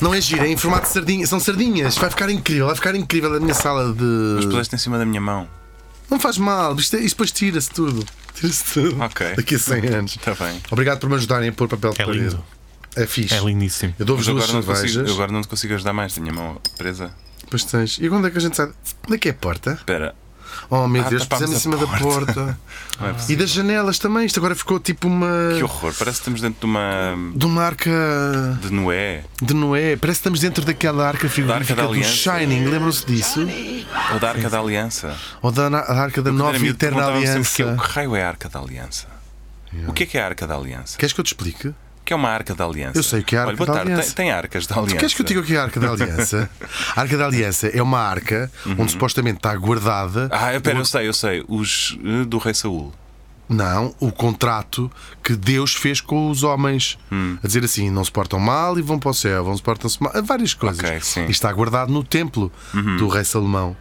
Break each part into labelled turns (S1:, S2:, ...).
S1: Não é gira, é em formato de sardinha. São sardinhas. Vai ficar incrível, vai ficar incrível a minha sala
S2: Mas
S1: de.
S2: puseste em cima da minha mão.
S1: Não faz mal, isto, é- isto depois tira-se tudo. Tira-se tudo.
S2: Ok.
S1: Daqui a 100 anos.
S2: Está Tá bem.
S1: Obrigado por me ajudarem a pôr papel de
S3: É
S1: parede.
S3: lindo.
S1: É fixe.
S3: É lindíssimo.
S1: Eu dou-vos
S2: Mas
S1: duas
S2: agora não, te consigo,
S1: cervejas.
S2: eu agora não te consigo ajudar mais. Tenho a mão presa.
S1: Depois tens. E quando é que a gente sai? Onde é que é a porta?
S2: Espera.
S1: Oh meu
S2: Ah,
S1: Deus,
S2: tapámos
S1: pusemos em
S2: a
S1: cima da
S2: porta.
S1: porta.
S2: Não é possível.
S1: E das janelas também. Isto agora ficou tipo uma.
S2: Que horror. Parece que estamos dentro de uma.
S1: de uma arca
S2: de Noé.
S1: de Noé. Parece que estamos dentro daquela arca frigorífica
S2: Da Arca da
S1: do
S2: Aliança.
S1: Shining. Lembram-se disso?
S2: Ou da Arca da Aliança.
S1: Ou da na- a arca da
S2: Quando
S1: nova
S2: era
S1: e
S2: miúdo,
S1: eterna
S2: perguntavam-me sempre que é-
S1: aliança.
S2: O que raio é a Arca da Aliança? O que é que é a Arca da Aliança?
S1: Queres que eu te explique?
S2: O que é uma Arca da Aliança?
S1: Eu sei o que é a Arca
S2: Olha, boa
S1: da
S2: tarde.
S1: Aliança.
S2: Tem, tem arcas da Aliança.
S1: Tu queres que eu diga o que é a Arca da Aliança? A Arca da Aliança é uma arca
S2: Uhum.
S1: onde supostamente está guardada.
S2: Ah, espera, eu sei, eu sei. Os eh, do Rei Saul.
S1: Não, o contrato que Deus fez com os homens.
S2: Hum.
S1: A dizer assim, não se portam mal e vão para o céu, vão se portam-se mal. Várias coisas.
S2: Ok, sim. Uhum.
S1: E está guardado no templo do rei Salomão.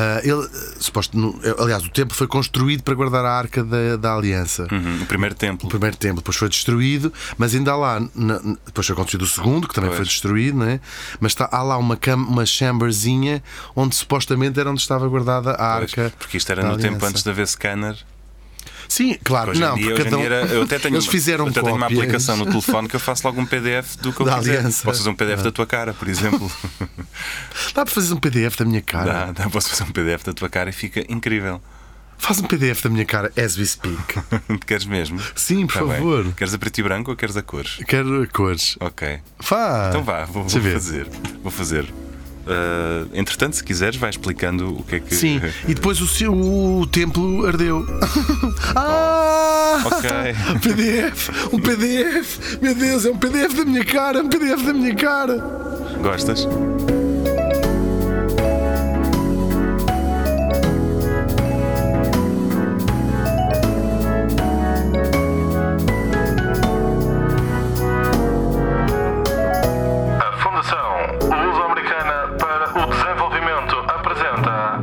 S1: Ah, ele, eh, suposto, no- aliás, o templo foi construído para guardar a arca da, da aliança.
S2: Uhum, o primeiro templo.
S1: O primeiro templo depois foi destruído, mas ainda há lá, na- na- depois foi acontecido o segundo, que também
S2: Pois.
S1: foi destruído, né? mas está, há lá uma, cam, uma chamberzinha onde supostamente era onde estava guardada a
S2: Pois,
S1: arca.
S2: Porque isto era
S1: da
S2: no tempo
S1: aliança.
S2: antes de haver scanner.
S1: Sim, claro,
S2: Hoje
S1: não,
S2: em dia,
S1: porque
S2: hoje em
S1: cada um,
S2: dia era- eu até tenho,
S1: eles fizeram
S2: eu até tenho uma
S1: cópias.
S2: aplicação no telefone que eu faço logo um PDF do que eu
S1: Da
S2: quiser.
S1: Aliança. Ah.
S2: Posso fazer um PDF da tua cara, por exemplo.
S1: Dá para fazer um PDF da minha cara?
S2: dá, dá, posso fazer um PDF da tua cara e fica incrível.
S1: Faz um PDF da minha cara as we speak.
S2: Queres mesmo?
S1: Sim, por
S2: Tá bem.
S1: favor.
S2: Queres a preto e branco ou queres a cores?
S1: Quero cores.
S2: Ok.
S1: Vá!
S2: Então vá, vou,
S1: Deixa
S2: vou
S1: ver.
S2: fazer. Vou fazer. Ah, entretanto, se quiseres, vai explicando o que é que.
S1: Sim, e depois o, seu, o templo ardeu. ah!
S2: Ok.
S1: PDF! Um PDF! Meu Deus, é um PDF da minha cara! Um PDF da minha cara!
S2: Gostas?
S4: A Fundação Luso-Americana para o Desenvolvimento apresenta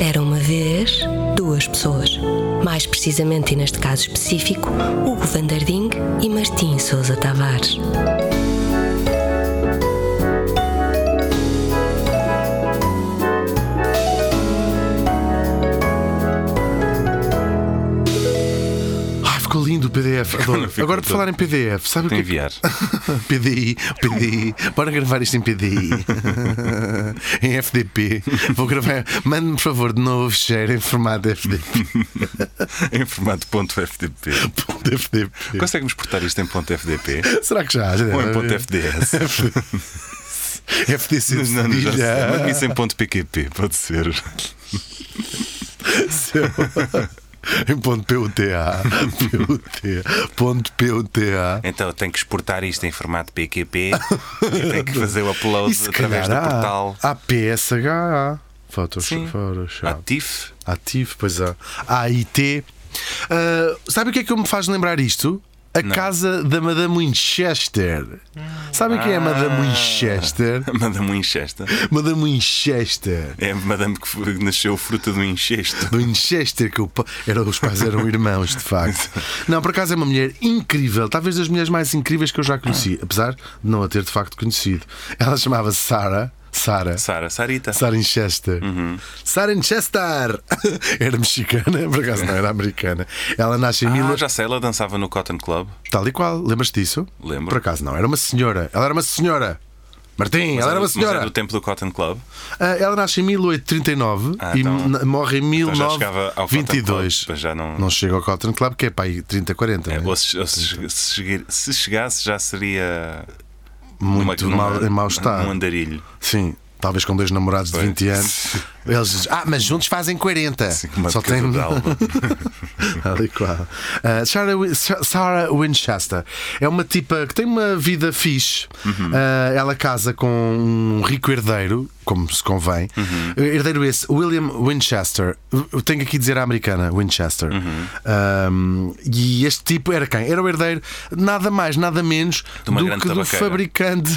S5: Era uma vez duas pessoas. Mais precisamente, e neste caso específico, Hugo Vandarding e Martim Sousa Tavares.
S1: Ai, ficou lindo o PDF. Adoro.
S2: ficou
S1: Agora, por
S2: todo.
S1: falar em PDF, sabe o
S2: Tem
S1: que é que
S2: enviar.
S1: PDI, PDI, bora gravar isto em PDI. em FDP. Vou gravar. Mande-me, por favor, de novo cheiro em formato FDP.
S2: em formato ponto .fdp.
S1: Ponto FDP.
S2: Consegues portar isto em ponto .fdp?
S1: Será que já? já
S2: Ou em
S1: deve
S2: ponto
S1: haver?
S2: .fds?
S1: FDC de
S2: Não, não, já sei. Manda-me
S1: Sevilha.
S2: isso em ponto .pqp, pode ser.
S1: Em ponto PUTA. PUTA. Ponto PUTA.
S2: Então tem que exportar isto em formato PQP e tem que fazer o upload
S1: E se
S2: através
S1: calhar
S2: do
S1: há,
S2: portal.
S1: há PSHA. Photoshop.
S2: Sim. A
S1: Photoshop.
S2: TIF?
S1: Ativo, pois há. AIT. Ah, sabe o que é que me faz lembrar isto? A casa da Madame Winchester. Sabem quem é a
S2: Ah.
S1: Madame Winchester?
S2: Madame Winchester.
S1: Madame Winchester.
S2: É a Madame que foi- que nasceu fruta do incesto.
S1: Do Winchester, que o pa- era, os pais eram irmãos, de facto. Não, por acaso é uma mulher incrível, talvez das mulheres mais incríveis que eu já conheci, apesar de não a ter de facto conhecido. Ela chamava-se Sarah. Sarah.
S2: Sara, Sarita.
S1: Sarah Winchester.
S2: Uhum.
S1: Sarah Winchester! Era mexicana, por acaso não, era americana. Ela nasce em
S2: Ah,
S1: Miller.
S2: já sei, ela dançava no Cotton Club.
S1: Tal e qual, lembras-te disso?
S2: Lembro.
S1: Por acaso não, era uma senhora. Ela era uma senhora. Martim, ela era uma
S2: Mas é
S1: senhora.
S2: do tempo do Cotton Club.
S1: Ah, Ela nasce em 1839
S2: Ah,
S1: e
S2: então-
S1: n- morre em
S2: Então já chegava ao
S1: 1922.
S2: Cotton Club, mas já não-
S1: Não chega ao Cotton Club, que é para aí 30, 40.
S2: É,
S1: né?
S2: ou se, ou se chegue- se chegue- se chegasse, já seria.
S1: Muito
S2: numa-
S1: mal,
S2: numa-
S1: em mau estado.
S2: Um andarilho.
S1: Sim, talvez com dois namorados de
S2: Pois.
S1: 20 anos. Eles dizem, ah, mas juntos fazem 40.
S2: Assim, uma
S1: Só
S2: de cada
S1: tem.
S2: d'alba.
S1: Tal e qual. Ah, Sarah, Win- Sa- Sarah Winchester é uma tipa que tem uma vida fixe.
S2: Uhum.
S1: Ah, ela casa com um rico herdeiro, como se convém.
S2: Uhum.
S1: Uh, Herdeiro esse, William Winchester. Eu tenho aqui de dizer a americana, Winchester.
S2: Uhum.
S1: Ahm, e este tipo era quem? Era o herdeiro, nada mais, nada menos
S2: De uma
S1: do
S2: grande
S1: que do
S2: tabaqueira. Ah.
S1: fabricante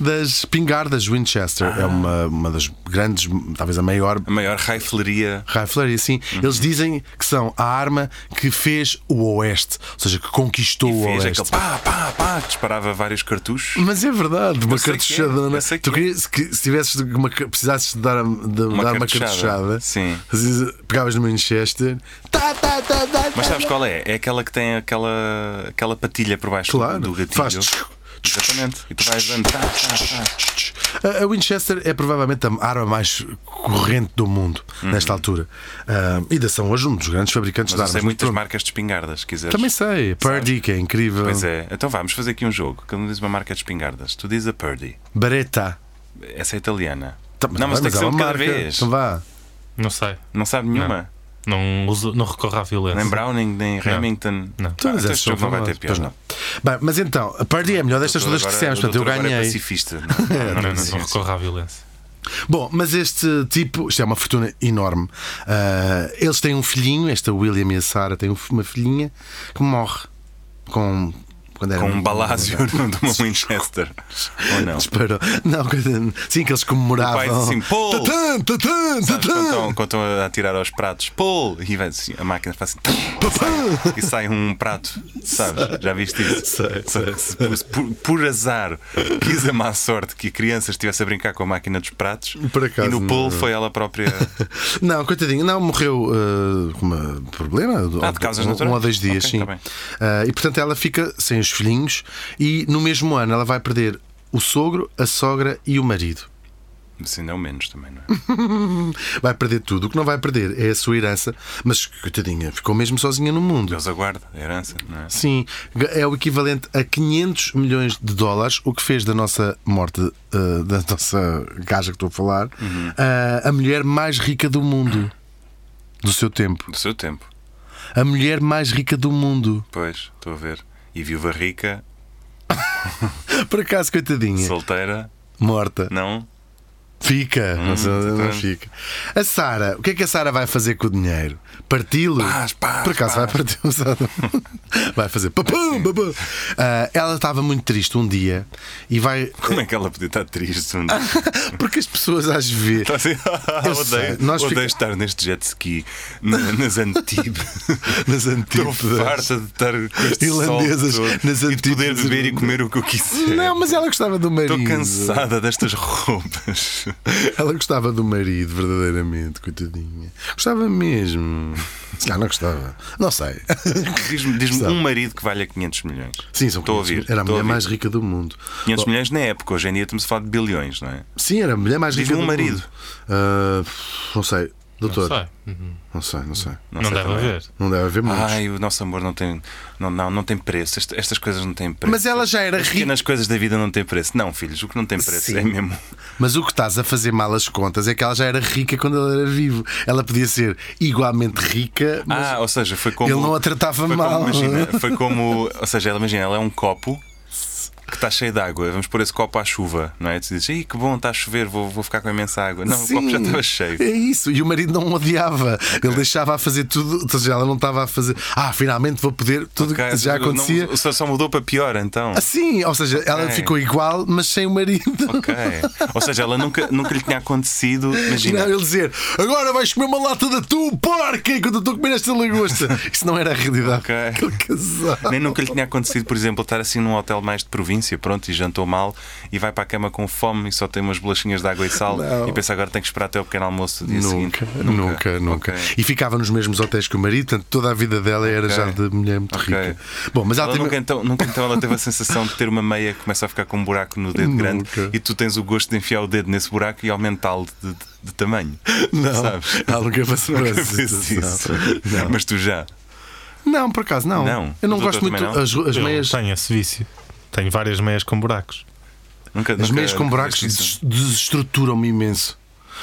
S1: das espingardas Winchester. É uma, uma das grandes, talvez a maior maior
S2: A maior raifleria.
S1: Rifler, e assim,
S2: Uhum.
S1: eles dizem que são a arma que fez o Oeste, ou seja, que conquistou o
S2: Fez
S1: Oeste.
S2: aquele pá, pá, pá, que disparava vários cartuchos.
S1: Mas é verdade, uma
S2: sei que é,
S1: cartuchadona.
S2: eu sei que
S1: tu
S2: é.
S1: querias que se tivesses de uma, ca- precisasses de dar, de dar uma cartuchada,
S2: cartuchada, sim.
S1: fazias- pegavas no Manchester, tá, tá, tá, tá,
S2: Mas
S1: tá,
S2: sabes qual é? É aquela que tem aquela, aquela patilha por baixo
S1: Claro,
S2: do gatilho.
S1: faz
S2: Exatamente. E tu vais dando. Tá, tá, tá.
S1: A- A Winchester é provavelmente a arma mais corrente do mundo nesta altura. Ah, e da são hoje um dos grandes fabricantes
S2: Uhum. Mas eu
S1: de
S2: sei
S1: armas.
S2: muitas
S1: Pronto.
S2: marcas de espingardas, se quiseres.
S1: Também sei. Purdy, que é incrível.
S2: Pois é. Então vamos fazer aqui um jogo. Cada um diz uma marca de espingardas. Tu dizes a Purdy.
S1: Beretta.
S2: Essa é italiana.
S1: Tá-
S2: não, mas
S1: vai,
S2: tem que
S1: há
S2: ser um de
S1: uma
S2: cada
S1: marca.
S2: vez.
S1: Então vá.
S3: Não sei.
S2: Não sabe nenhuma.
S3: Não, uso, não recorro à violência.
S2: Nem Browning, nem Remington.
S3: Não.
S2: Ah,
S1: Então, mas
S2: então
S1: é
S2: este
S1: só
S2: jogo não vai
S1: falar.
S2: ter piada.
S1: Pois não. Bem, mas então, a Purdy é a melhor destas
S2: Doutor
S1: todas que
S2: agora-
S1: dissemos,
S2: o
S1: portanto eu
S2: doutor agora É
S1: ganhei.
S2: pacifista. Não, é? não, não,
S3: Não,
S2: não,
S3: não
S2: sim, sim.
S3: recorro à violência.
S1: Bom, mas este tipo, isto é uma fortuna enorme. Ah, eles têm um filhinho, esta William e a Sarah têm um- uma filhinha que morre com. Quando era
S2: Com um balásio de uma Winchester. Ou não?
S1: Disparou. Não, coisa- sim, que eles comemoravam.
S2: O pai disse assim, "Pô!" então.
S1: Tatã, tatã,
S2: Sabes,
S1: tatã,
S2: quando estão- quando estão a tirar aos pratos, pô, e vai assim, a máquina faz assim tum,
S1: tatã.
S2: e sai um prato, sabes? Já viste isso?
S1: Sei,
S2: Só que se por- se Por, por azar, quis a má sorte que a criança estivesse a brincar com a máquina dos pratos
S1: Por acaso,
S2: e no pulo
S1: não. é?
S2: foi ela própria.
S1: Não, coitadinho, não, morreu ah, com um problema.
S2: Ah, de causas
S1: um,
S2: naturais.
S1: um ou dois dias,
S2: Ok,
S1: sim.
S2: tá bem.
S1: Ah, e portanto ela fica sem os filhinhos e no mesmo ano ela vai perder o sogro, a sogra e o marido.
S2: Assim, não menos também, não é?
S1: Vai perder tudo. O que não vai perder é a sua herança, mas coitadinha, ficou mesmo sozinha no mundo.
S2: Deus aguarda, a herança, não é?
S1: Sim, é o equivalente a 500 milhões de dólares, o que fez da nossa morte, eh, da nossa gaja que estou a falar, eh, a mulher mais rica do mundo. Do seu tempo.
S2: Do seu tempo,
S1: A mulher mais rica do mundo.
S2: pois, estou a ver. E viúva rica,
S1: Por acaso, coitadinha.
S2: solteira,
S1: Morta.
S2: não?
S1: Fica. mas, eh, não,
S2: exatamente.
S1: fica. A Sara. O que é que a Sara vai fazer com o dinheiro? Parti-lo?
S2: Paz, paz,
S1: Por acaso vai
S2: paz.
S1: partir um sábado. Vai fazer papum, papum. Ah, ela estava muito triste um dia e vai.
S2: Como é que ela podia estar triste? Um dia?
S1: Porque as pessoas às vezes.
S2: Tá assim,
S1: Eu
S2: odeio
S1: sei, nós
S2: odeio
S1: fica-
S2: estar neste jet ski na- nas Antípodas.
S1: Nas
S2: Estou
S1: antípodas.
S2: farta de estar com este
S1: Tipo Irlandesas
S2: sol todo
S1: nas
S2: e de poder
S1: Antípodas
S2: beber e
S1: irlandesas.
S2: comer o que eu quiser.
S1: Não, mas ela é gostava do marido.
S2: Estou cansada destas roupas.
S1: Ela gostava do marido, verdadeiramente, coitadinha. Gostava mesmo. Se calhar não gostava. Não sei.
S2: Diz-me diz-me
S1: Sabe.
S2: um marido que valha 500 milhões.
S1: Sim, são
S2: Estou a ouvir.
S1: Era a
S2: estou
S1: mulher
S2: ouvir.
S1: mais rica do mundo. Oh,
S2: 500 milhões na época, hoje em dia estamos a falar de bilhões, não é?
S1: Sim, era a mulher mais
S2: Diz-me
S1: rica
S2: um
S1: do
S2: marido.
S1: mundo. Ah, não sei. Doutor.
S3: Não sei. Uhum.
S1: Não sei, não sei.
S3: Não,
S2: sei
S3: deve
S2: também.
S3: haver.
S1: Não deve haver muitos.
S2: Ai, o nosso amor não tem, não, não, não tem preço. Est- estas coisas não têm preço.
S1: Mas ela já era
S2: As
S1: rica.
S2: pequenas coisas da vida não têm preço. Não, filhos, o que não tem preço
S1: Sim.
S2: é mesmo.
S1: Mas o que estás a fazer mal as contas é que ela já era rica quando ela era vivo. Ela podia ser igualmente rica, mas
S2: Ah, ou seja, foi como.
S1: ele não a tratava
S2: foi
S1: mal.
S2: Como, imagina, foi como. Ou seja, ela, imagina, ela é um copo que está cheio de água. Vamos pôr esse copo à chuva, não é? Tu dizes, Ih, que bom, está a chover, vou, vou ficar com imensa água. Não, o copo já estava cheio.
S1: É isso, e o marido não o odiava. Ele deixava a fazer tudo, ou seja, ela não estava a fazer. Ah, finalmente vou poder. Tudo
S2: Ok,
S1: que já
S2: não-
S1: acontecia.
S2: só- só mudou para pior, então.
S1: Assim, ou seja, ela
S2: Ok.
S1: ficou igual, mas sem o marido.
S2: Ok. Ou seja, ela nunca, nunca lhe tinha acontecido. Imagina.
S1: Não, ele dizer agora vais comer uma lata de atum, porca, enquanto eu estou a comer esta lagosta. Isso não era a realidade.
S2: Ok.
S1: Aquele casal.
S2: Nem nunca lhe tinha acontecido, por exemplo, estar assim num hotel mais de província, pronto, e jantou mal e vai para a cama com fome e só tem umas bolachinhas de água e sal
S1: Não.
S2: e pensa agora tem que esperar até o pequeno almoço do dia seguinte.
S1: Nunca, nunca, nunca.
S2: Ok.
S1: E ficava nos mesmos hotéis que o marido, portanto, toda a vida dela era
S2: Ok.
S1: já de mulher muito
S2: Ok.
S1: rica. Bom, mas ela,
S2: Ela
S1: tem.
S2: nunca, então, nunca então ela teve a sensação de ter uma meia que começa a ficar com um buraco no dedo grande
S1: Nunca.
S2: e tu tens o gosto de enfiar o dedo nesse buraco e aumentá-lo de, de- de tamanho.
S1: Não,
S2: Sabes?
S1: ela nunca passou por
S2: Nunca
S1: essa
S2: fez isso.
S1: situação. Não.
S2: Mas tu já.
S1: Não, por acaso não.
S2: Não.
S1: Eu não
S2: O doutor
S1: gosto muito.
S2: também não?
S1: As, as
S3: Eu
S1: meias,
S3: Tenho esse vício. Tenho várias meias com buracos.
S2: Nunca,
S1: as
S2: nunca
S1: meias com
S2: nunca
S1: buracos
S2: fez isso.
S1: des- desestruturam-me imenso.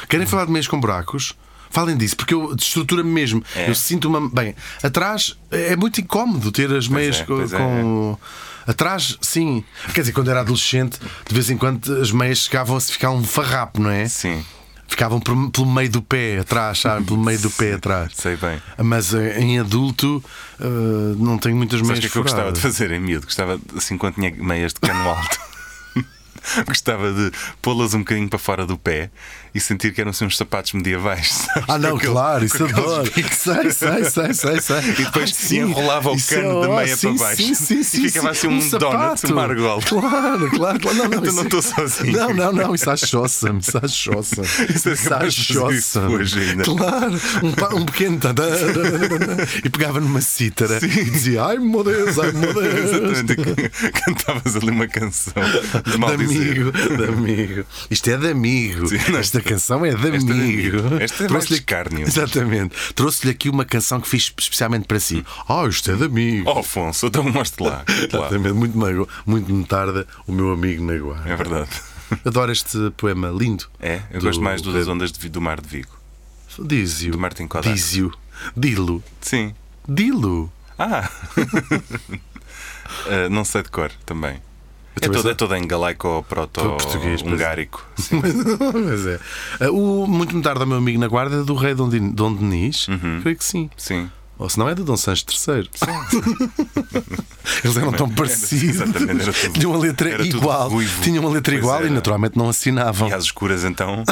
S1: Querem falar de meias com buracos? Falem disso, porque eu desestrutura-me mesmo.
S2: É.
S1: Eu sinto uma. Bem, atrás é muito incómodo ter as meias
S2: é,
S1: co-
S2: pois é.
S1: com. Atrás, sim. Quer dizer, quando era adolescente, de vez em quando as meias chegavam a se ficar um farrapo, não é?
S2: Sim,
S1: Ficavam por- pelo meio do pé atrás, sabe? Pelo meio do pé atrás.
S2: sei bem.
S1: Mas eh, em adulto eh, não tenho muitas
S2: Sabes o
S1: meias
S2: que é que eu gostava de
S1: furadas.
S2: fazer em miúdo? Gostava, de- assim, quando tinha meias de cano alto, Gostava de pô-las um bocadinho para fora do pé e sentir que eram assim, uns sapatos medievais. sabes?
S1: Ah, não,
S2: Com aquele-
S1: claro,
S2: com
S1: isso
S2: aqueles
S1: adoro.
S2: bicos.
S1: Sei, sei, sei, sei, sei.
S2: E depois
S1: Ah, sim,
S2: enrolava o
S1: isso
S2: cano da
S1: ó-
S2: meia
S1: sim,
S2: para baixo.
S1: Sim, sim,
S2: E
S1: sim,
S2: ficava
S1: sim.
S2: assim um donut,
S1: sapato.
S2: uma argola.
S1: Claro, claro, claro. Não, não,
S2: Então
S1: isso-
S2: não estou sozinho.
S1: Não, não, não, isso acho awesome, isso acho awesome.
S2: Isso é
S1: Isso
S2: capaz de
S1: acho
S2: fazer isso
S1: awesome.
S2: hoje ainda.
S1: Claro, um, pa- um pequeno. tadã, E pegava numa cítara e dizia: Ai meu Deus, ai meu Deus.
S2: Exatamente, que- cantavas ali uma canção de
S1: De
S2: maldizer.
S1: amigo, de amigo. Isto é de amigo.
S2: Sim, não,
S1: Esta canção é de
S2: é de
S1: amigo.
S2: amigo. Esta é mais
S1: Trouxe-lhe-
S2: escárnio.
S1: Exatamente. Trouxe-lhe aqui uma canção que fiz especialmente para si. Oh, isto é de amigo.
S2: Hum. Oh, Afonso, então mostra lá. mostra lá.
S1: Exatamente. Muito, mago, muito me tarda o meu amigo me aguarda.
S2: É verdade.
S1: Adoro este poema lindo.
S2: É, eu
S1: Do-
S2: gosto mais do das ondas de Vi- do Mar de Vigo.
S1: Dizio.
S2: do Martin Kodak.
S1: Dizio. Dilo.
S2: Sim.
S1: Dilo.
S2: Ah! Ah, não sei de cor também. É
S1: também
S2: todo,
S1: sei.
S2: é todo em galaico proto
S1: Português, pois é.
S2: hungárico. Sim.
S1: Mas é. Ah, O Muito me tarda o meu amigo na guarda é do rei Dom, Din- Dom Denis.
S2: Uhum.
S1: Creio que sim.
S2: Sim.
S1: Ou se não é do Dom Sancho III. Eles eram tão parecidos.
S2: exatamente, era tudo-
S1: Tinham uma letra
S2: era tudo
S1: igual.
S2: ruivo.
S1: Tinham uma letra
S2: Pois
S1: igual
S2: era.
S1: e naturalmente não assinavam.
S2: E às escuras então.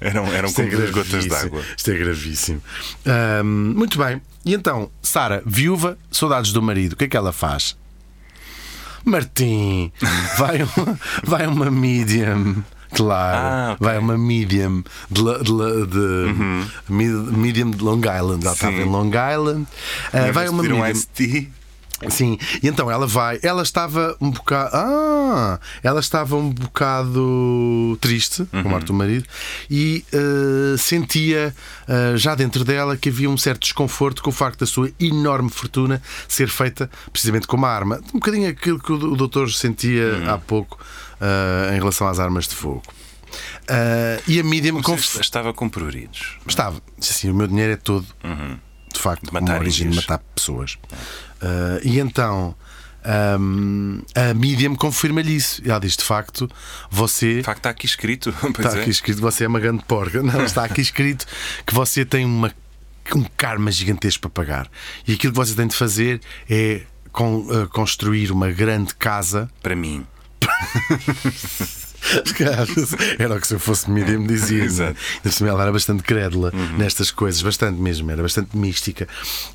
S2: eram eram
S1: Isto é
S2: como duas gotas
S1: gravíssimo.
S2: d'água.
S1: Isto é gravíssimo. Ahm, muito bem. E então, Sara, viúva, saudades do marido, o que é que ela faz? Martim, vai, um- vai uma medium. Claro,
S2: Ah, ok. Uhum.
S1: vai uma medium de, la- de la- de- mid- medium de Long Island. Ela estava
S2: Sim.
S1: em Long Island. Ah, vai uma
S2: Pediram
S1: medium.
S2: um iced tea.
S1: Sim, e então ela vai. Ela estava um bocado. Ah! Ela estava um bocado triste com a morte do marido e eh, sentia eh, já dentro dela que havia um certo desconforto com o facto da sua enorme fortuna ser feita precisamente com uma arma. Um bocadinho aquilo que o, o doutor sentia há pouco eh, em relação às armas de fogo. Eh, e a mídia me confessou.
S2: Estava com pruridos.
S1: Estava. Disse assim: o meu dinheiro é todo, de facto,
S2: Uhum. De
S1: com
S2: matar
S1: uma origem de
S2: índios.
S1: matar pessoas. Ah, e então. ahm, a mídia me confirma-lhe isso. E Ela diz: de facto, você
S2: De facto, está aqui escrito. Pois
S1: está
S2: é.
S1: aqui escrito, você é uma grande porca. Não, está aqui escrito que você tem uma, um karma gigantesco para pagar. E aquilo que você tem de fazer é con- ah, construir uma grande casa
S2: Para mim.
S1: Era o que se eu fosse mídia me dizia.
S2: Exato.
S1: Ainda por cima Ela era bastante crédula nestas coisas, bastante mesmo, era bastante mística,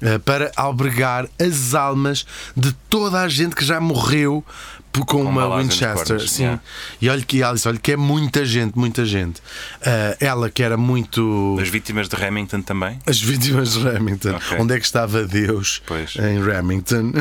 S1: eh, para albergar as almas de toda a gente que já morreu por- com, uma,
S2: balazes nos
S1: Winchester.
S2: cornos,
S1: Sim.
S2: yeah.
S1: E olha que, ela disse, olha que é muita gente, muita gente. Eh, ela que era muito.
S2: As vítimas de Remington também.
S1: As vítimas de Remington.
S2: Ok.
S1: Onde é que estava Deus
S2: Pois.
S1: em Remington?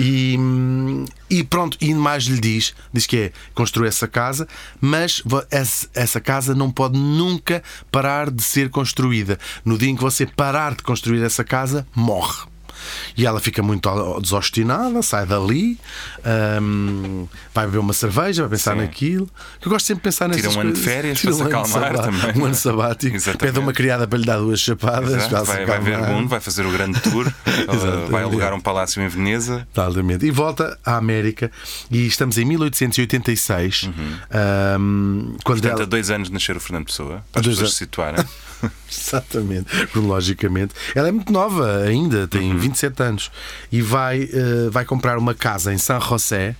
S1: e, hum, e pronto, e mais lhe diz: diz que é construir essa casa, mas vo- esse- essa casa não pode nunca parar de ser construída. No dia em que você parar de construir essa casa, morre. E ela fica muito ao- desostinada, sai dali, hum, vai beber uma cerveja, vai pensar
S2: Sim.
S1: naquilo. Eu gosto sempre de pensar
S2: Tira
S1: nessas
S2: um ano de
S1: coisas.
S2: férias
S1: Tira
S2: para
S1: um ano
S2: se
S1: de
S2: acalmar
S1: sabá-
S2: também,
S1: Um ano
S2: não é?
S1: sabático. Pede
S2: Exatamente.
S1: uma criada para lhe dar duas chapadas. assim,
S2: Exato,
S1: para se
S2: é, Vai, vai ver o
S1: acalmar.
S2: mundo, vai fazer o grande tour, uh, vai alugar um palácio em Veneza.
S1: Totalmente. E volta à América e estamos em 1886, ahm, quando
S2: Uhum. Portanto, há
S1: ela.
S2: dois anos nascer o Fernando Pessoa, para as
S1: Dois
S2: pessoas
S1: anos.
S2: se situarem.
S1: Exatamente, cronologicamente. Ela é muito nova ainda, tem
S2: Uhum.
S1: 27 anos, e vai, eh, vai comprar uma casa em San José,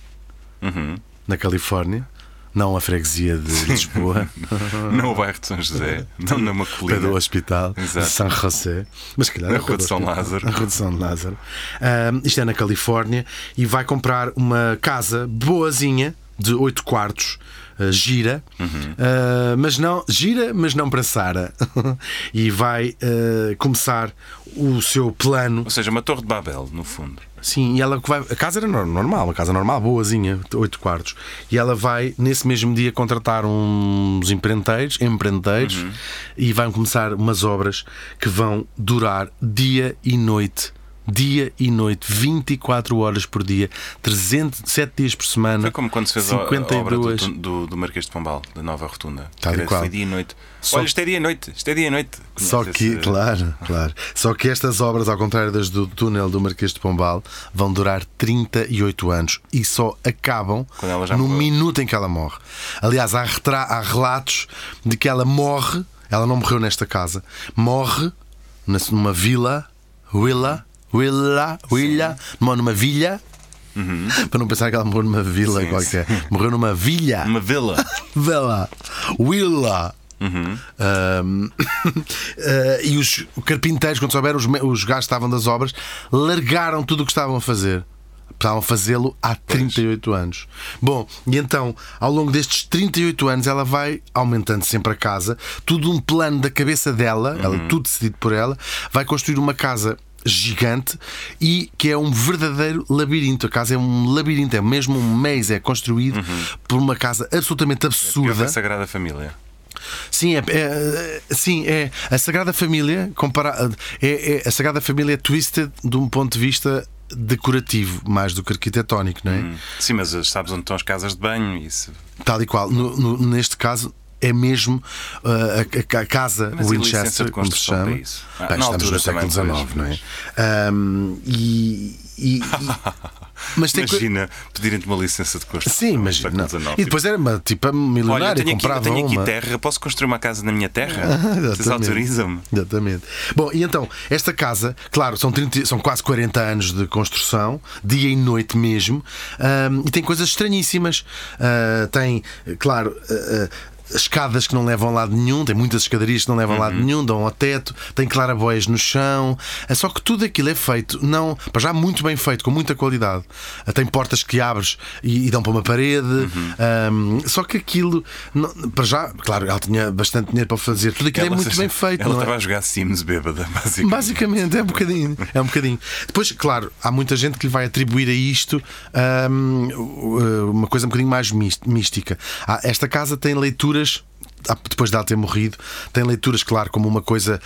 S2: Uhum.
S1: na Califórnia, não a freguesia de Lisboa.
S2: Não o bairro de São José, não numa
S1: Pé do
S2: colina.
S1: hospital
S2: Exato.
S1: de San José, mas se calhar
S2: Na
S1: é o pé
S2: Rua
S1: do
S2: de São
S1: hospital.
S2: Lázaro.
S1: Na Rua de São Lázaro. Ahm, isto é na Califórnia e vai comprar uma casa boazinha de 8 quartos. ah, gira,
S2: Uhum.
S1: ah, mas não gira, mas não para Sara e vai ah, começar o seu plano
S2: Ou seja, uma torre de Babel, no fundo.
S1: Sim, e ela que vai. A casa era nor- normal, uma casa normal, boazinha, oito quartos. E ela vai, nesse mesmo dia, contratar uns empreiteiros, empreiteiros
S2: Uhum.
S1: e vão começar umas obras que vão durar dia e noite. Dia e noite, 24 horas por dia, 300, 7 dias por semana.
S2: Foi como quando se fez a a obra do, do, do Marquês de Pombal, da Nova Rotunda.
S1: Tal e
S2: Era-
S1: qual.
S2: Foi dia e noite.
S1: Só-
S2: Olha, isto é dia e noite, isto é dia e noite.
S1: Só
S2: Conheces
S1: que,
S2: esse-
S1: claro, claro. Só que estas obras, ao contrário das do túnel do Marquês de Pombal, vão durar 38 anos e só acabam
S2: Quando ela já
S1: no
S2: morreu.
S1: minuto em que ela morre. Aliás, há, retra- há relatos de que ela morre, ela não morreu nesta casa, morre nas- numa vila, vila, vila, vila, numa, numa vilha Para não pensar que ela morreu numa vila
S2: Uhum. Sim,
S1: qualquer. Morreu numa vilha.
S2: Uma vila.
S1: Vela. Willa. Ahm, eh, e os carpinteiros, quando souberam, os, me- os gajos que estavam das obras, largaram tudo o que estavam a fazer. Estavam a fazê-lo há 38 anos. Bom, e então, ao longo destes 38 anos, ela vai aumentando sempre a casa. Tudo um plano da cabeça dela, ela,
S2: Uhum.
S1: tudo decidido por ela, vai construir uma casa gigante e que é um verdadeiro labirinto. A casa é um labirinto, é mesmo um maze, é construído por uma casa absolutamente
S2: Pior que
S1: absurda.
S2: Uhum. É a Sagrada Família.
S1: Sim, é, é- é- sim, é a Sagrada Família compara, é, é- a Sagrada Família é twisted de um ponto de vista decorativo mais do que arquitetónico, não é?
S2: Sim, mas eh, sabes onde estão as casas de banho? Isso.
S1: Tal e qual. No- no- neste caso é mesmo ah, a- a, a casa
S2: Mas e licença
S1: Winchester,
S2: de
S1: como se
S2: construção
S1: chama.
S2: para isso? Ah,
S1: Bem,
S2: na
S1: estamos no
S2: altura
S1: século
S2: também,
S1: XIX, não é?
S2: pois,
S1: Ahm, e, e- e- mas tem que
S2: Imagina pedirem-te uma licença de construção.
S1: Sim, imagina.
S2: Século
S1: não.
S2: XIX,
S1: E
S2: tipo,
S1: depois era uma tipo
S2: Olha, eu
S1: milionária,
S2: tenho, aqui, eu
S1: comprava
S2: tenho aqui
S1: uma. Ah,
S2: terra, posso construir uma casa na minha terra? Vocês
S1: Exatamente.
S2: autorizam-me?
S1: Exatamente. Bom, e então, esta casa, claro, são, 30 são quase 40 anos de construção, dia e noite mesmo, ahm, e tem coisas estranhíssimas. Ah, tem, eh, claro. eh, eh, Escadas que não levam a lado nenhum, tem muitas escadarias que não levam a lado nenhum, dão ao teto, tem claraboias no chão, é só que tudo aquilo é feito, não, para já muito bem feito, com muita qualidade. Ah, Tem portas que abres e, e dão para uma parede, ahm, só que aquilo, não- para já, claro, ela tinha bastante dinheiro para fazer, tudo aquilo é muito bem feito.
S2: Ela
S1: não é?
S2: estava a jogar Sims bêbada, basicamente.
S1: Basicamente, é um bocadinho. É um bocadinho. Depois, claro, há muita gente que lhe vai atribuir a isto hum, uma coisa um bocadinho mais mis- mística. Há- Esta casa tem leituras. há- Depois de ela ter morrido, tem leituras, claro, como uma coisa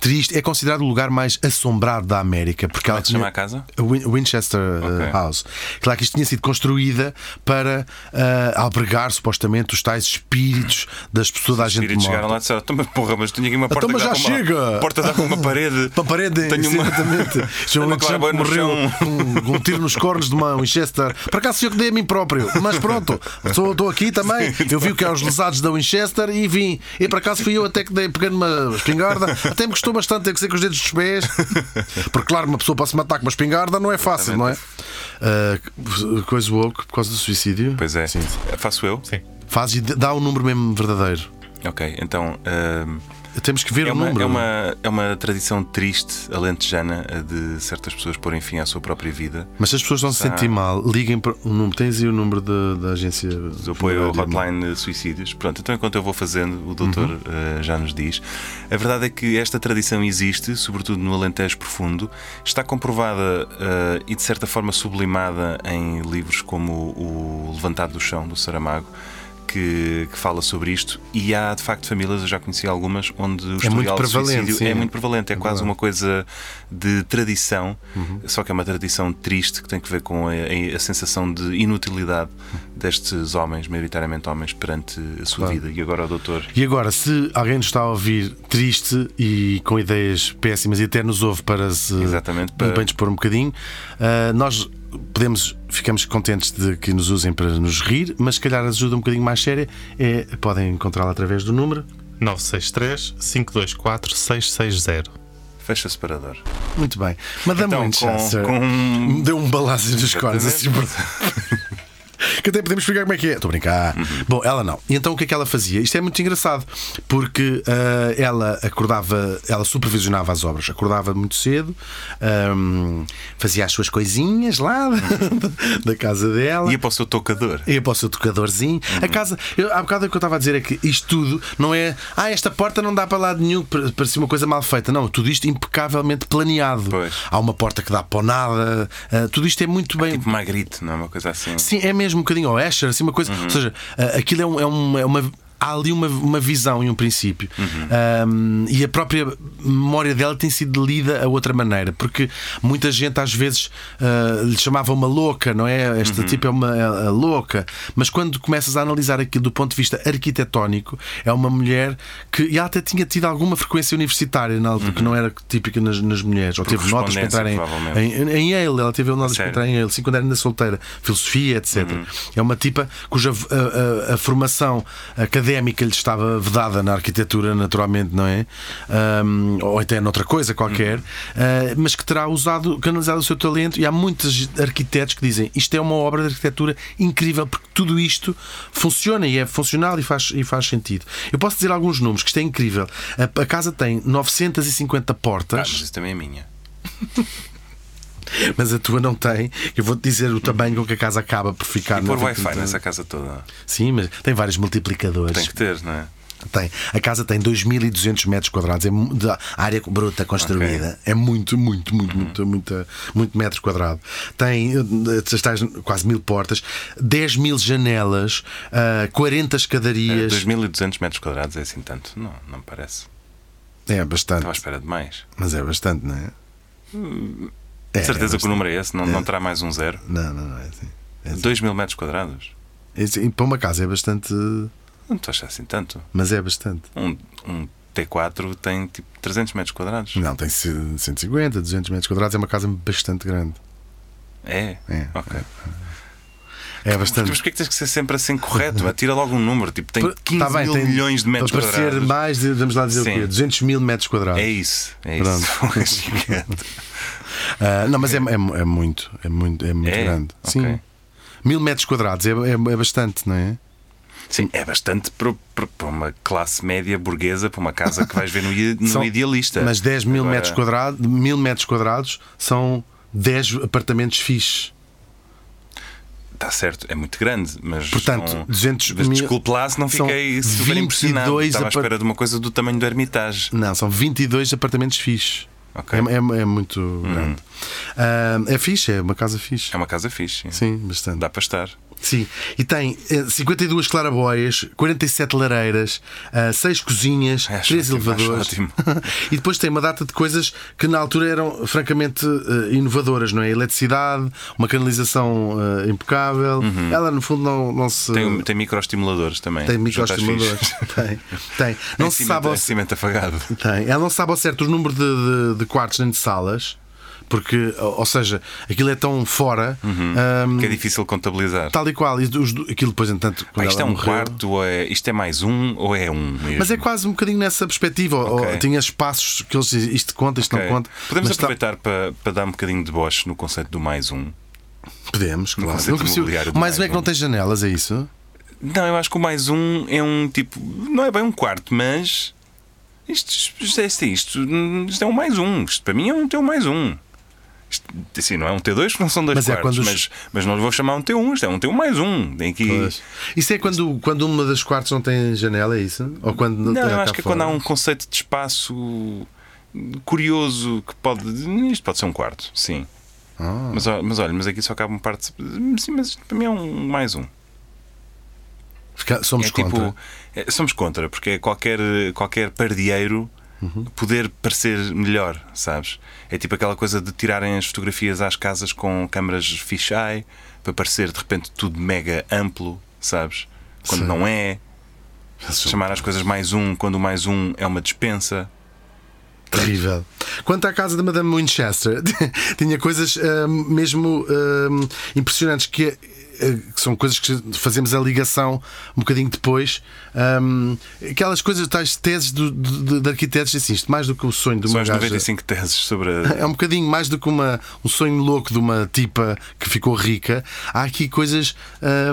S1: triste. É considerado o lugar mais assombrado da América. Porque ela
S2: Como é que se chama
S1: tinha-
S2: a casa?
S1: a Win- Winchester uh,
S2: Ok.
S1: House. Claro que isto tinha sido construída para uh, albergar supostamente os tais espíritos das pessoas, da gente
S2: espíritos
S1: morta.
S2: chegaram lá e disseram: Toma, porra, mas tenho aqui uma
S1: Então,
S2: porta
S1: mas
S2: que dá
S1: já
S2: para uma-
S1: chega!
S2: porta dá para uma parede.
S1: Para a parede,
S2: Tenho uma.
S1: exatamente. Tinha
S2: Tenho
S1: um
S2: uma
S1: Alexandre
S2: claraboia
S1: que
S2: no
S1: morreu
S2: chão.
S1: com com um tiro nos cornos de uma Winchester. Por acaso eu que dei a mim próprio, mas pronto, sou- estou aqui também. Eu vi o que é os lesados da Winchester e vim. E por acaso fui eu até que dei pegando uma espingarda. Até me custou bastante ter que ser com os dedos dos pés. Porque, claro, uma pessoa para se matar com uma espingarda não é fácil, não é? Ah, coisa woke por causa do suicídio.
S2: Pois é. Faço eu?
S3: Sim.
S1: Faz e dá o número mesmo verdadeiro.
S2: Ok, então. hum,
S1: Temos que ver o
S2: É uma,
S1: número.
S2: é, uma, é uma tradição triste, alentejana, a de certas pessoas porem fim à sua própria vida.
S1: Mas se as pessoas não se
S2: Tá.
S1: sentirem mal, liguem para o número. Tens aí o número da, da agência
S2: Do apoio ao hotline de suicídios. Pronto, então enquanto eu vou fazendo, o doutor eh, já nos diz. A verdade é que esta tradição existe, sobretudo no Alentejo Profundo. Está comprovada eh, e de certa forma sublimada em livros como O Levantado do Chão, do Saramago. Que, que fala sobre isto e há de facto famílias, eu já conheci algumas, onde o
S1: É muito
S2: historial de
S1: prevalente,
S2: suicídio
S1: sim.
S2: é muito prevalente, é quase uma coisa de tradição,
S1: Uhum.
S2: só que é uma tradição triste que tem que ver com a, a- a sensação de inutilidade destes homens, maioritariamente homens, perante a sua vida. E agora o doutor.
S1: E agora, se alguém nos está a ouvir triste e com ideias péssimas e até nos ouve para se
S2: Exatamente,
S1: para...
S2: para-
S1: bem dispor um bocadinho, ah, nós podemos, ficamos contentes de que nos usem para nos rir, mas se calhar ajuda um bocadinho mais séria, é, podem encontrá-la através do número.
S3: 963 524 660.
S2: Fecha separador.
S1: Muito bem. Madame
S2: Então,
S1: Winchester
S2: com, com...
S1: deu um balaço dos cornos assim por- Que até podemos explicar como é que é. Estou a brincar.
S2: Uhum.
S1: Bom, ela não. E então o que é que ela fazia? Isto é muito engraçado, porque ah, ela acordava, ela supervisionava as obras, acordava muito cedo, ahm, fazia as suas coisinhas lá da casa dela.
S2: Ia para o seu tocador. Uhum.
S1: Eu posso o tocadorzinho. A casa. Eu, há bocado o que eu estava a dizer é que isto tudo não é. Ah, esta porta não dá para lado nenhum, pa- parecia uma coisa mal feita. Não, tudo isto impecavelmente planeado.
S2: Pois.
S1: Há uma porta que dá para o nada. ah, tudo isto é muito bem.
S2: Tipo Magritte, não é uma coisa assim?
S1: Sim, é mesmo um bocadinho ao Asher, assim, uma coisa. Ou seja, ah, aquilo é, um- é uma. é uma- Há ali uma, uma visão e um princípio. Ahm, e a própria memória dela tem sido lida a outra maneira, porque muita gente às vezes ah, lhe chamava uma louca, não é?
S2: Uhum.
S1: Este tipo é uma é- é louca. Mas quando começas a analisar aquilo do ponto de vista arquitetónico, é uma mulher que. E ela até tinha tido alguma frequência universitária, na altura, que não era típica nas, nas mulheres. Ou
S2: Uhum. Por
S1: teve notas para entrar em,
S2: correspondência,
S1: em, em Yale, ela teve notas para
S2: Sério?
S1: entrar em Yale, sim, quando era ainda solteira, filosofia, etc. É uma tipa cuja a, a- a formação académica lhe estava vedada na arquitetura, naturalmente, não é? Um, ou até noutra coisa qualquer, uh, mas que terá usado, canalizado o seu talento. E há muitos arquitetos que dizem isto é uma obra de arquitetura incrível, porque tudo isto funciona e é funcional e faz, e faz sentido. Eu posso dizer alguns números, que isto é incrível. A, a casa tem 950
S2: Ah,
S1: portas.
S2: mas isso também é minha.
S1: Mas a tua não tem. Eu vou-te dizer o tamanho com que a casa acaba por ficar.
S2: E pôr
S1: na-
S2: Wi-Fi nessa casa toda.
S1: Sim, mas tem vários multiplicadores.
S2: Tem que ter, não é?
S1: Tem. A casa tem 2.200 metros quadrados é mu- de área bruta construída. É muito, muito, muito, muito,
S2: Uhum.
S1: muito, muito metro quadrado. Tem eh, estás quase mil portas, 10 mil janelas, ah, 40
S2: É,
S1: escadarias.
S2: 2200 metros quadrados é assim tanto? Não, não me parece.
S1: É
S2: Estava à
S1: bastante,
S2: espera de mais.
S1: mas é bastante, não é?
S2: Hum, De certeza que o número é esse, não, não terá mais um zero.
S1: Não, não, não é assim.
S2: 2 mil metros quadrados?
S1: É assim, Para uma casa é bastante,
S2: Não estou a achar assim tanto.
S1: mas é bastante.
S2: Um, um T4 tem tipo 300 metros quadrados.
S1: Não, tem 150, 200 metros quadrados, é uma casa bastante grande.
S2: É?
S1: É.
S2: Ok.
S1: É
S2: Mas
S1: bastante.
S2: porquê que tens que ser sempre assim correto? Atira logo um número, tipo, tem 15
S1: Tá bem,
S2: mil
S1: tem-
S2: milhões de metros
S1: para parecer
S2: quadrados.
S1: mais, de- vamos lá dizer o
S2: Sim.
S1: quê? 200 mil metros quadrados.
S2: É isso, é
S1: Pronto.
S2: isso. É gigante.
S1: Ah, não, mas é, é- é muito, é muito, é muito
S2: É?
S1: grande.
S2: Ok.
S1: Sim. Mil metros quadrados é, é, é bastante, não é?
S2: Sim, é bastante para, para- para uma classe média burguesa, para uma casa que vais ver no, i- no
S1: São-
S2: idealista.
S1: Mas 10 mil
S2: Agora,
S1: metros quadrados, mil metros quadrados são 10 apartamentos fixes.
S2: Está certo, é muito grande, mas.
S1: Portanto,
S2: não-
S1: 200
S2: mas
S1: mil-
S2: Desculpe lá se não
S1: são
S2: fiquei super impressionado.
S1: 22
S2: Estava à
S1: apart-
S2: espera de uma coisa do tamanho do Hermitage.
S1: Não, são 22 apartamentos fixes.
S2: Ok. Hum.
S1: É, é- é muito grande. Ah, é fixe, é uma casa fixe.
S2: É uma casa fixe.
S1: Sim, bastante.
S2: Dá para estar.
S1: Sim, e tem eh, 52 claraboias, 47 lareiras, 6 cozinhas,
S2: Acho
S1: 3
S2: É, ótimo, acho
S1: elevadores.
S2: ótimo.
S1: e depois tem uma data de coisas que na altura eram francamente eh, inovadoras, não é? Eletricidade, uma canalização eh, impecável. Ela, no fundo, não, não se.
S2: Uhum. Tem, tem microestimuladores também.
S1: tem
S2: Já estás
S1: microestimuladores.
S2: fixe.
S1: tem, tem. Não
S2: Em
S1: se Hum.
S2: cimento-
S1: sabe ao
S2: em cimento afagado.
S1: tem. Ela não sabe ao certo o número de, de- de quartos nem de salas, porque, ou ou seja, aquilo é tão fora, ahm,
S2: Que é difícil contabilizar.
S1: tal e qual. E os do- aquilo depois, entanto,
S2: Ah,
S1: quando
S2: isto é
S1: Tá, ela
S2: um
S1: morreu-
S2: quarto, ou é, isto é mais um, ou é um mesmo?
S1: Mas é quase um bocadinho nessa perspectiva. ou-
S2: Ok.
S1: ou tinha espaços que eles dizem isto conta, isto
S2: Ok.
S1: não conta.
S2: Podemos
S1: mas tá-
S2: aproveitar para, para dar um bocadinho de boche no conceito do mais um.
S1: Podemos, claro.
S2: conceito
S1: Não consigo-
S2: imobiliário do
S1: Mais um é
S2: mais
S1: que não
S2: um.
S1: tem janelas, é isso?
S2: Não, eu acho que o mais um é um tipo. Não é bem um quarto, mas. Isto, isto, é- isto, é isto, hum, isto é um mais um. Isto para mim é um teu mais um. Isto, assim, não é um T2 porque não são dois
S1: Mas é
S2: quartos,
S1: quando os-
S2: mas, mas não lhe vou chamar um T1, isto é um T1 mais um. Tem que...
S1: Pois. Isso é quando, quando uma das quartos não tem janela, é isso? Ou quando
S2: Não,
S1: tem
S2: eu
S1: cá
S2: acho que é
S1: fora?
S2: quando há um conceito de espaço curioso que pode. Isto pode ser um quarto, sim.
S1: Ah.
S2: Mas, ó- mas olha, mas aqui só cabe um parte. Sim, mas isto para mim é um mais um.
S1: Fica- Somos
S2: é
S1: contra.
S2: tipo. é, somos contra, porque é qualquer, qualquer pardieiro
S1: Uhum.
S2: poder parecer melhor, sabes? É tipo aquela coisa de tirarem as fotografias às casas com câmaras fisheye para parecer de repente tudo mega amplo, sabes? Quando
S1: Sim.
S2: não é. Chamar as coisas mais um quando o mais um é uma dispensa.
S1: Terrível. Quanto à casa da Madame Winchester, tinha coisas ah, mesmo ah, impressionantes que. ah, que são coisas que fazemos a ligação um bocadinho depois. ah, aquelas coisas, tais teses do- do- de, de arquitetos, assim, isto mais do que o sonho de
S2: São
S1: uma
S2: as
S1: gaja-
S2: 95 teses sobre a.
S1: É um bocadinho mais do que uma, um sonho louco de uma tipa que ficou rica. Há aqui coisas,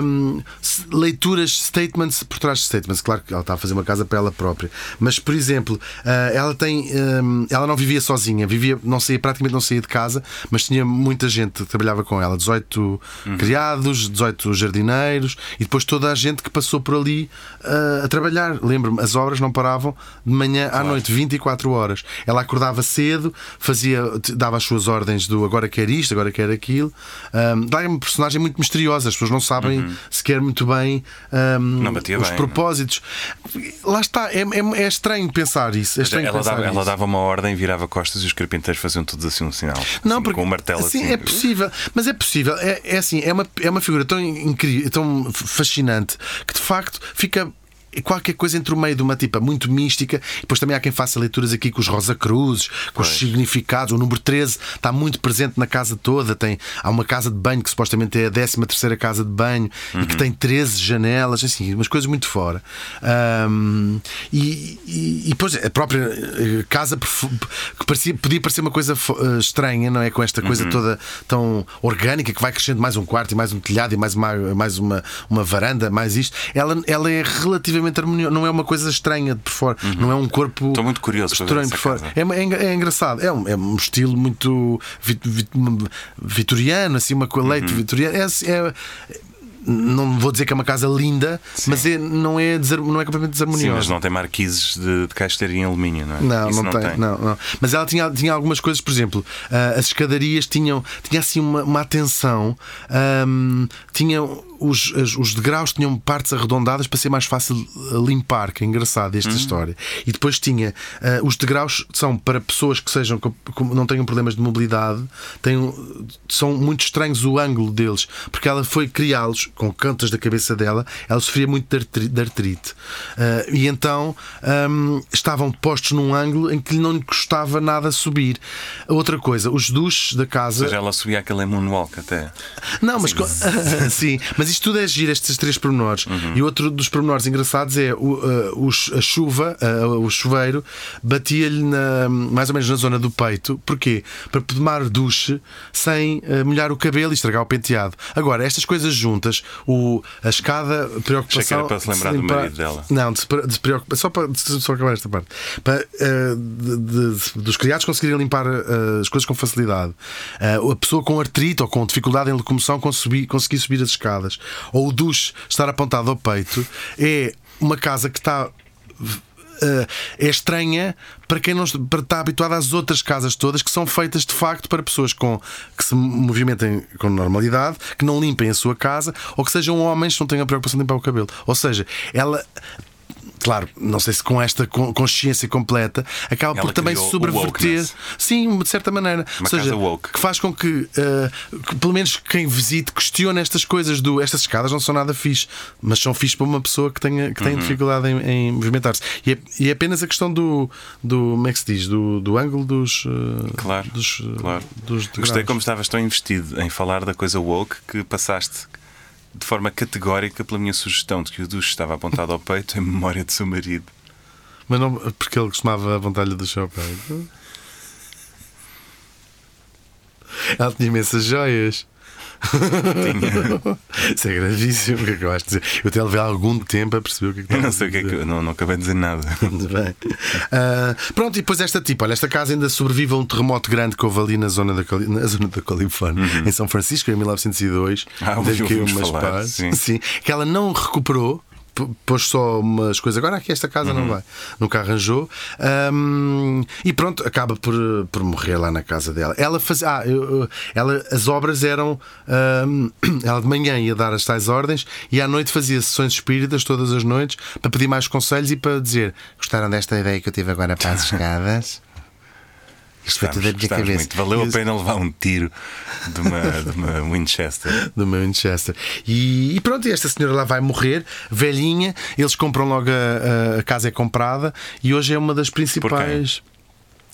S1: hum, s- leituras, statements por trás de statements. Claro que ela está a fazer uma casa para ela própria. Mas, por exemplo, ah, ela tem. hum, ela não vivia sozinha, vivia, não saía, praticamente não saía de casa, mas tinha muita gente que trabalhava com ela. 18 Uhum. criados, 18 jardineiros e depois toda a gente que passou por ali ah, a trabalhar. Lembro-me, as obras não paravam de manhã à noite, 24 horas. Ela acordava cedo, fazia, t- dava as suas ordens do agora quer isto, agora quer aquilo. Ahm, dá é uma personagem muito misteriosa, as pessoas não sabem sequer muito bem ahm,
S2: Uhum. Não é? batia
S1: os
S2: bem,
S1: propósitos. Lá está, é, é- é estranho pensar isso. É estranho
S2: Ela
S1: pensar
S2: dava, ela
S1: isso.
S2: dava uma ordem, virava costas e os carpinteiros faziam todos assim um sinal.
S1: Não,
S2: Assim,
S1: porque
S2: com um martelo
S1: sim,
S2: assim.
S1: é possível, mas é possível. É, é assim, é uma, é uma figura tão incrível, tão fascinante que de facto fica qualquer coisa entre o meio de uma tipa muito mística, e depois também há quem faça leituras aqui com os Rosa Cruzes, com os significados. O número 13 está muito presente na casa toda. Tem, há uma casa de banho que supostamente é a 13 terceira casa de banho e
S2: Uhum.
S1: que tem 13 janelas, assim, umas coisas muito fora. Ahm, e, e, e depois a própria eh, casa perfu- que parecia- podia parecer uma coisa fo- eh, estranha, não é? Com esta
S2: Uhum.
S1: coisa toda tão orgânica que vai crescendo mais um quarto e mais um telhado e mais uma, mais uma, uma varanda, mais isto. Ela, ela é relativamente harmoniosa, não é uma coisa estranha de por fora, não é um corpo.
S2: Uhum. Estou muito curioso para ver
S1: estranho
S2: essa
S1: por fora.
S2: casa.
S1: É, uma- é engra- é engraçado, é um, é um estilo muito vit- vit- vitoriano, assim, uma coisa
S2: Uhum.
S1: leite vitoriana. É assim, é- não vou dizer que é uma casa linda, mas é- não, é desar- não é completamente
S2: Sim,
S1: desarmoniosa.
S2: mas não tem marquises de, de caixeira em alumínio, não é?
S1: Não,
S2: Isso
S1: não, tem, Não, não. Mas ela tinha, tinha algumas coisas, por exemplo, ah, as escadarias tinham tinha assim uma, uma atenção, ahm, tinham os, as- os degraus tinham partes arredondadas para ser mais fácil limpar, que é engraçado
S2: Uhum.
S1: esta história. E depois tinha ah, os degraus são para pessoas que sejam com- com- não tenham problemas de mobilidade, tenham, são muito estranhos o ângulo deles, porque ela foi criá-los com cantas da cabeça dela, ela sofria muito de artri- de artrite. Ah, e então ahm, estavam postos num ângulo em que não lhe custava nada subir. Outra coisa, os duches da casa.
S2: Ou seja, ela subia aquele moonwalk até.
S1: Não, mas co-
S2: um
S1: sim, mas isto tudo é giro, estes três pormenores.
S2: Uhum.
S1: E outro dos pormenores engraçados é o, uh, os- a chuva, uh, o chuveiro, batia-lhe na- mais ou menos na zona do peito. Porquê? Para tomar duche sem uh, molhar o cabelo e estragar o penteado. Agora, estas coisas juntas, o, a escada, a preocupação.
S2: Achei que era para se lembrar
S1: de
S2: do
S1: limpar-
S2: marido dela.
S1: não, de, se pre- de se preocupar. Só para de- só acabar esta parte. Para, eh, de- de- dos criados conseguirem limpar eh, as coisas com facilidade. Eh, a pessoa com artrite ou com dificuldade em locomoção com subi- conseguir subir as escadas. Ou o duche estar apontado ao peito. É uma casa que está. eh, é estranha para quem não est- para está habituado às outras casas todas que são feitas de facto para pessoas com, que se movimentem com normalidade, que não limpem a sua casa ou que sejam homens que não tenham a preocupação de limpar o cabelo. Ou seja, ela claro, não sei se com esta con- consciência completa, acaba
S2: Ela
S1: por também
S2: criou o
S1: sobreverter.
S2: wokeness.
S1: Sim, de certa maneira.
S2: Uma
S1: Ou seja,
S2: casa woke.
S1: que faz com que, eh, que, pelo menos quem visite, questione estas coisas do estas escadas não são nada fixe, mas são fixe para uma pessoa que, tenha, que tem
S2: Uhum.
S1: dificuldade em, em movimentar-se. E, é, e é apenas a questão do, do como é que se diz, do, do ângulo dos. eh,
S2: Claro.
S1: dos, eh,
S2: claro.
S1: dos
S2: Gostei
S1: degraus.
S2: como estavas tão investido em falar da coisa woke que passaste de forma categórica pela minha sugestão de que o duche estava apontado ao peito em memória de seu marido.
S1: Mas não, porque ele costumava apontar-lhe do chapéu. Ela tinha imensas joias. Isso é gravíssimo o que é que eu acho de dizer. Eu até levei algum tempo a perceber o que é que
S2: Eu
S1: estava
S2: não
S1: a
S2: sei o que é
S1: dizer.
S2: que. eu- Não, não acabei de dizer nada.
S1: Muito bem. Ah, pronto, e depois esta tipo, olha, esta casa ainda sobrevive a um terremoto grande que houve ali na zona da, Cali- na zona da Califórnia, em São Francisco, em 1902.
S2: Uhum. Ah,
S1: Deve
S2: ouvimos
S1: cair
S2: falar,
S1: pás.
S2: sim.
S1: Sim, que ela não recuperou. p- Pôs só umas coisas. Agora aqui esta casa
S2: Uhum.
S1: não vai. Nunca arranjou. Ahm, e pronto, acaba por, por morrer lá na casa dela. Ela fazia. Ah, eu- eu- ela, as obras eram. ahm, ela de manhã ia dar as tais ordens e à noite fazia sessões espíritas todas as noites para pedir mais conselhos e para dizer: gostaram desta ideia que eu tive agora para as escadas? Isto foi tudo da minha
S2: Gostávamos
S1: cabeça.
S2: muito. Valeu
S1: E
S2: a
S1: os-
S2: pena levar um tiro de uma, de uma Winchester.
S1: do meu Manchester. E, e pronto, e esta senhora lá vai morrer, velhinha. Eles compram logo a, a- a casa, é comprada e hoje é uma das principais.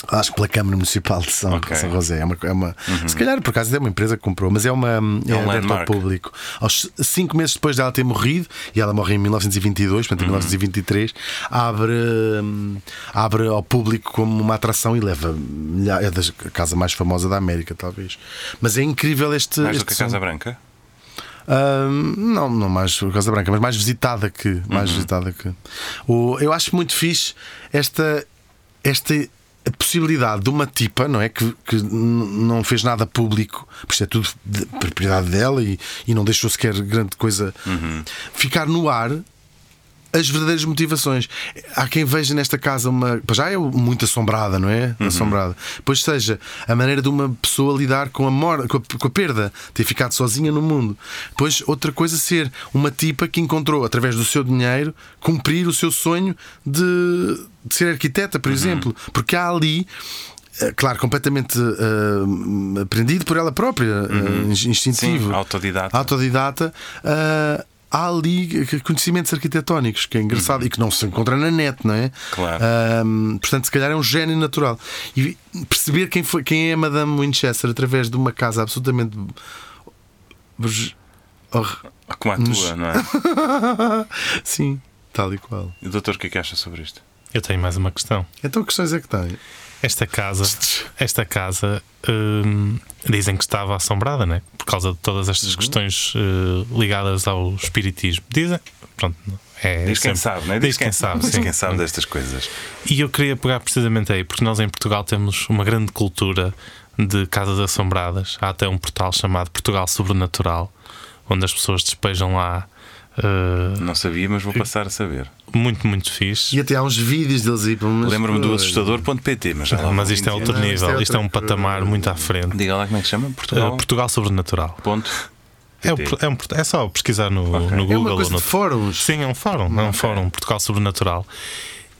S1: Acho que pela Câmara Municipal de São,
S2: Ok. Uhum.
S1: São José. É uma, é uma- Se calhar, por acaso, é uma empresa que comprou, mas é uma. É, aberta ao
S2: um landmark.
S1: público. Aos cinco meses depois dela ter morrido, e ela morre em 1922, portanto, em
S2: Uhum.
S1: 1923, abre, hum, abre ao público como uma atração e leva. milha- É das- a casa mais famosa da América, talvez. Mas é incrível este.
S2: Mais do
S1: este
S2: que a
S1: som.
S2: Casa Branca?
S1: Ahm, não, não mais Casa Branca, mas mais visitada que. Mais visitada que. O, eu acho muito fixe esta, esta possibilidade de uma tipa, não é? Que, que n- não fez nada público, porque isto é tudo de propriedade dela e, e não deixou sequer grande coisa ficar no ar. As verdadeiras motivações. Há quem veja nesta casa uma. para Já é muito assombrada, não é? Assombrada. Pois seja, a maneira de uma pessoa lidar com a, mor com a, com a perda, ter ficado sozinha no mundo. Pois outra coisa ser uma tipa que encontrou, através do seu dinheiro, cumprir o seu sonho de, de ser arquiteta, por exemplo. Porque há ali. eh, Claro, completamente eh, aprendido por ela própria, eh, instintivo.
S2: Sim, autodidata.
S1: Autodidata. ah, há ali conhecimentos arquitetónicos, que é engraçado e que não se encontra na net, não é?
S2: Claro.
S1: Ahm, portanto, se calhar é um gênio natural. E perceber quem, foi, quem é a Madame Winchester através de uma casa absolutamente. bruj- or-
S3: Ah,
S2: Como a tua, não é?
S1: Sim, tal e qual.
S2: E, Doutor, o que é que acha sobre isto?
S3: Eu tenho mais uma questão.
S1: Então, que questões é que tem?
S3: Esta casa, esta casa hum, dizem que estava assombrada, né? Por causa de todas
S2: Uhum.
S3: estas questões eh, ligadas ao espiritismo. Dizem, pronto, é
S2: Diz quem
S3: sempre-
S2: sabe, não é?
S3: Diz, quem, sabe,
S2: Diz
S3: sim.
S2: quem sabe destas coisas.
S3: E eu queria pegar precisamente aí, porque nós em Portugal temos uma grande cultura de casas assombradas. Há até um portal chamado Portugal Sobrenatural, onde as pessoas despejam lá eh,
S2: Não sabia, mas vou passar a saber.
S3: muito, muito fixe.
S1: E até há uns vídeos deles aí. pelo menos- é
S2: Lembro-me do assustador.pt, mas já lá
S3: eh, Mas
S2: vou
S3: isto é
S2: indicar.
S3: outro
S1: Não, isto é
S3: nível, isto é um
S1: outra-
S3: patamar muito à frente.
S2: Diga lá como é que chama?
S3: Eh,
S2: Portugal.
S3: Portugal Sobrenatural.
S2: Ponto.
S3: É, o-
S2: PT.
S3: é um port- é só pesquisar no, no Google
S1: É uma
S3: ou
S1: coisa
S3: no
S1: de fóruns.
S3: Sim, é um fórum, é um fórum Portugal Sobrenatural.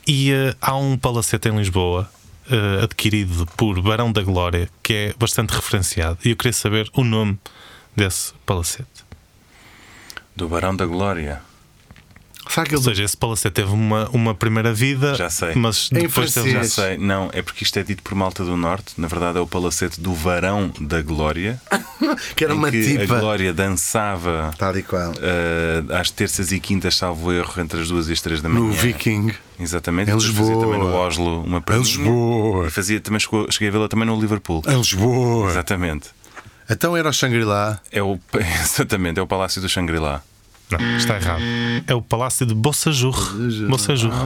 S3: E eh, há um palacete em Lisboa eh, adquirido por Barão da Glória que é bastante referenciado. E eu queria saber o nome desse palacete.
S2: Do Barão da Glória.
S1: Será que
S3: Ou
S1: ele
S3: seja, esse palacete teve uma, uma primeira vida,
S2: Já sei.
S3: mas
S1: Em
S3: depois teve.
S2: Já
S1: francês.
S2: sei, não, é porque isto é dito por Malta do Norte. Na verdade, é o palacete do Varão da Glória.
S1: que era
S2: em
S1: uma
S2: que a
S1: tipa?
S2: Glória dançava
S1: Tal e qual.
S2: ah, às terças e quintas, salvo erro, entre as duas e as três da manhã.
S1: No Viking.
S2: Exatamente.
S1: Em
S2: Depois Fazia
S1: Lisboa.
S2: também no Oslo uma perninha. E
S1: Lisboa.
S2: fazia, também chegou- cheguei a vê-la também no Liverpool.
S1: Em Lisboa.
S2: Exatamente.
S1: Então era o Shangri-La.
S2: É o, exatamente, é o Palácio do Shangri-La.
S3: Não, está errado. É o Palácio de Bossajurre. Bossajurre.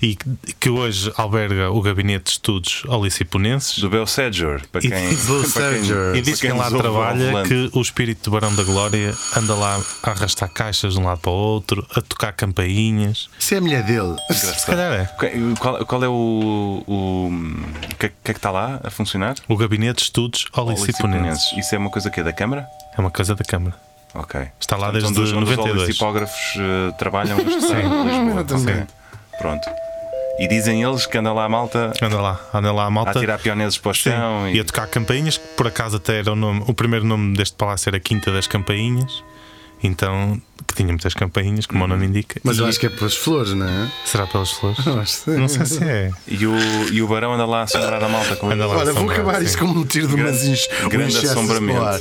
S3: E que, que hoje alberga o gabinete de estudos oliciponenses.
S2: Do Bel Sedger, para
S3: E-
S2: quem.
S1: Bel
S2: para quem-
S1: Sedger.
S3: E diz
S2: para
S3: quem lá
S2: nos ouve ao
S3: trabalha
S2: volante.
S3: que o espírito do Barão da Glória anda lá a arrastar caixas de um lado para o outro, a tocar campainhas.
S1: Isso é a mulher dele.
S3: Se calhar é.
S2: Que- Qual, qual é o. o o que, é- que é que está lá a funcionar?
S3: O gabinete de estudos oliciponenses.
S2: Oliciponenses. Isso é uma coisa que é da Câmara?
S3: É uma coisa da Câmara.
S2: Ok.
S3: Está lá
S2: Portanto, onde,
S3: desde
S2: os- onde
S3: 92.
S2: Os olicipógrafos eh, trabalham mas que saem de Lisboa. Ok. Pronto. E dizem eles que anda lá a malta
S3: Anda lá, anda lá a
S2: a
S3: malta.
S2: tirar pioneses para o
S3: Sim.
S2: chão.
S3: E
S2: E,
S3: a tocar campainhas, que por acaso até era o nome. O primeiro nome deste palácio era Quinta das Campainhas. Então, que tinha muitas campainhas, como o
S2: Uhum.
S3: nome indica.
S1: Mas
S3: E-
S1: eu acho que é pelas flores, não é?
S3: Será pelas flores?
S1: Eu acho que sim.
S3: Não sei se é.
S2: e o, e o barão anda lá a assombrar a malta com
S3: Anda lá.
S1: Olha, vou
S3: Assombrar,
S1: acabar
S3: sim.
S1: isto com um tiro de
S2: Grande-
S1: umas inch-
S2: grande
S1: Winchesters
S2: assombramento.
S1: no ar.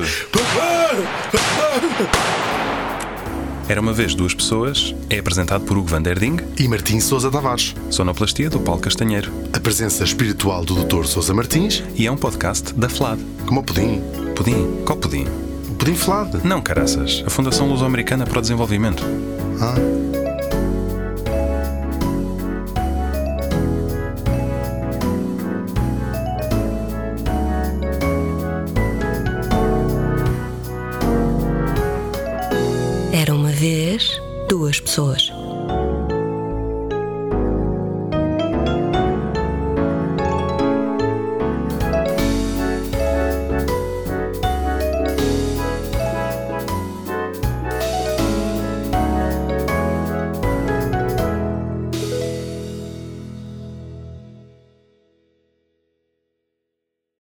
S2: Era uma vez duas pessoas. É apresentado por Hugo Van Der Ding,
S1: E Martim Sousa Tavares,
S2: sonoplastia do Paulo Castanheiro.
S1: a presença espiritual do Dr. Sousa Martins,
S2: E é um podcast da FLAD.
S1: como o pudim.
S2: Pudim? Qual pudim?
S1: O pudim flado.
S2: Não, caraças. A Fundação Luso-Americana para o Desenvolvimento.
S1: Ah.
S5: Era uma vez duas pessoas,